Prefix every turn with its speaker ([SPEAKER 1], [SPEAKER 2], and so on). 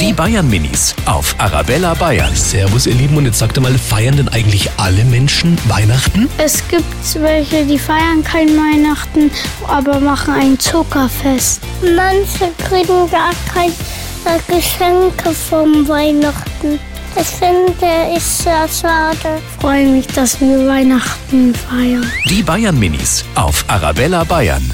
[SPEAKER 1] Die Bayern Minis auf Arabella Bayern.
[SPEAKER 2] Servus, ihr Lieben, und jetzt sagt ihr mal, feiern denn eigentlich alle Menschen Weihnachten?
[SPEAKER 3] Es gibt welche, die feiern kein Weihnachten, aber machen ein Zuckerfest.
[SPEAKER 4] Manche kriegen gar keine Geschenke vom Weihnachten. Das finde ich sehr schade.
[SPEAKER 3] Ich freue mich, dass wir Weihnachten feiern.
[SPEAKER 1] Die Bayern Minis auf Arabella Bayern.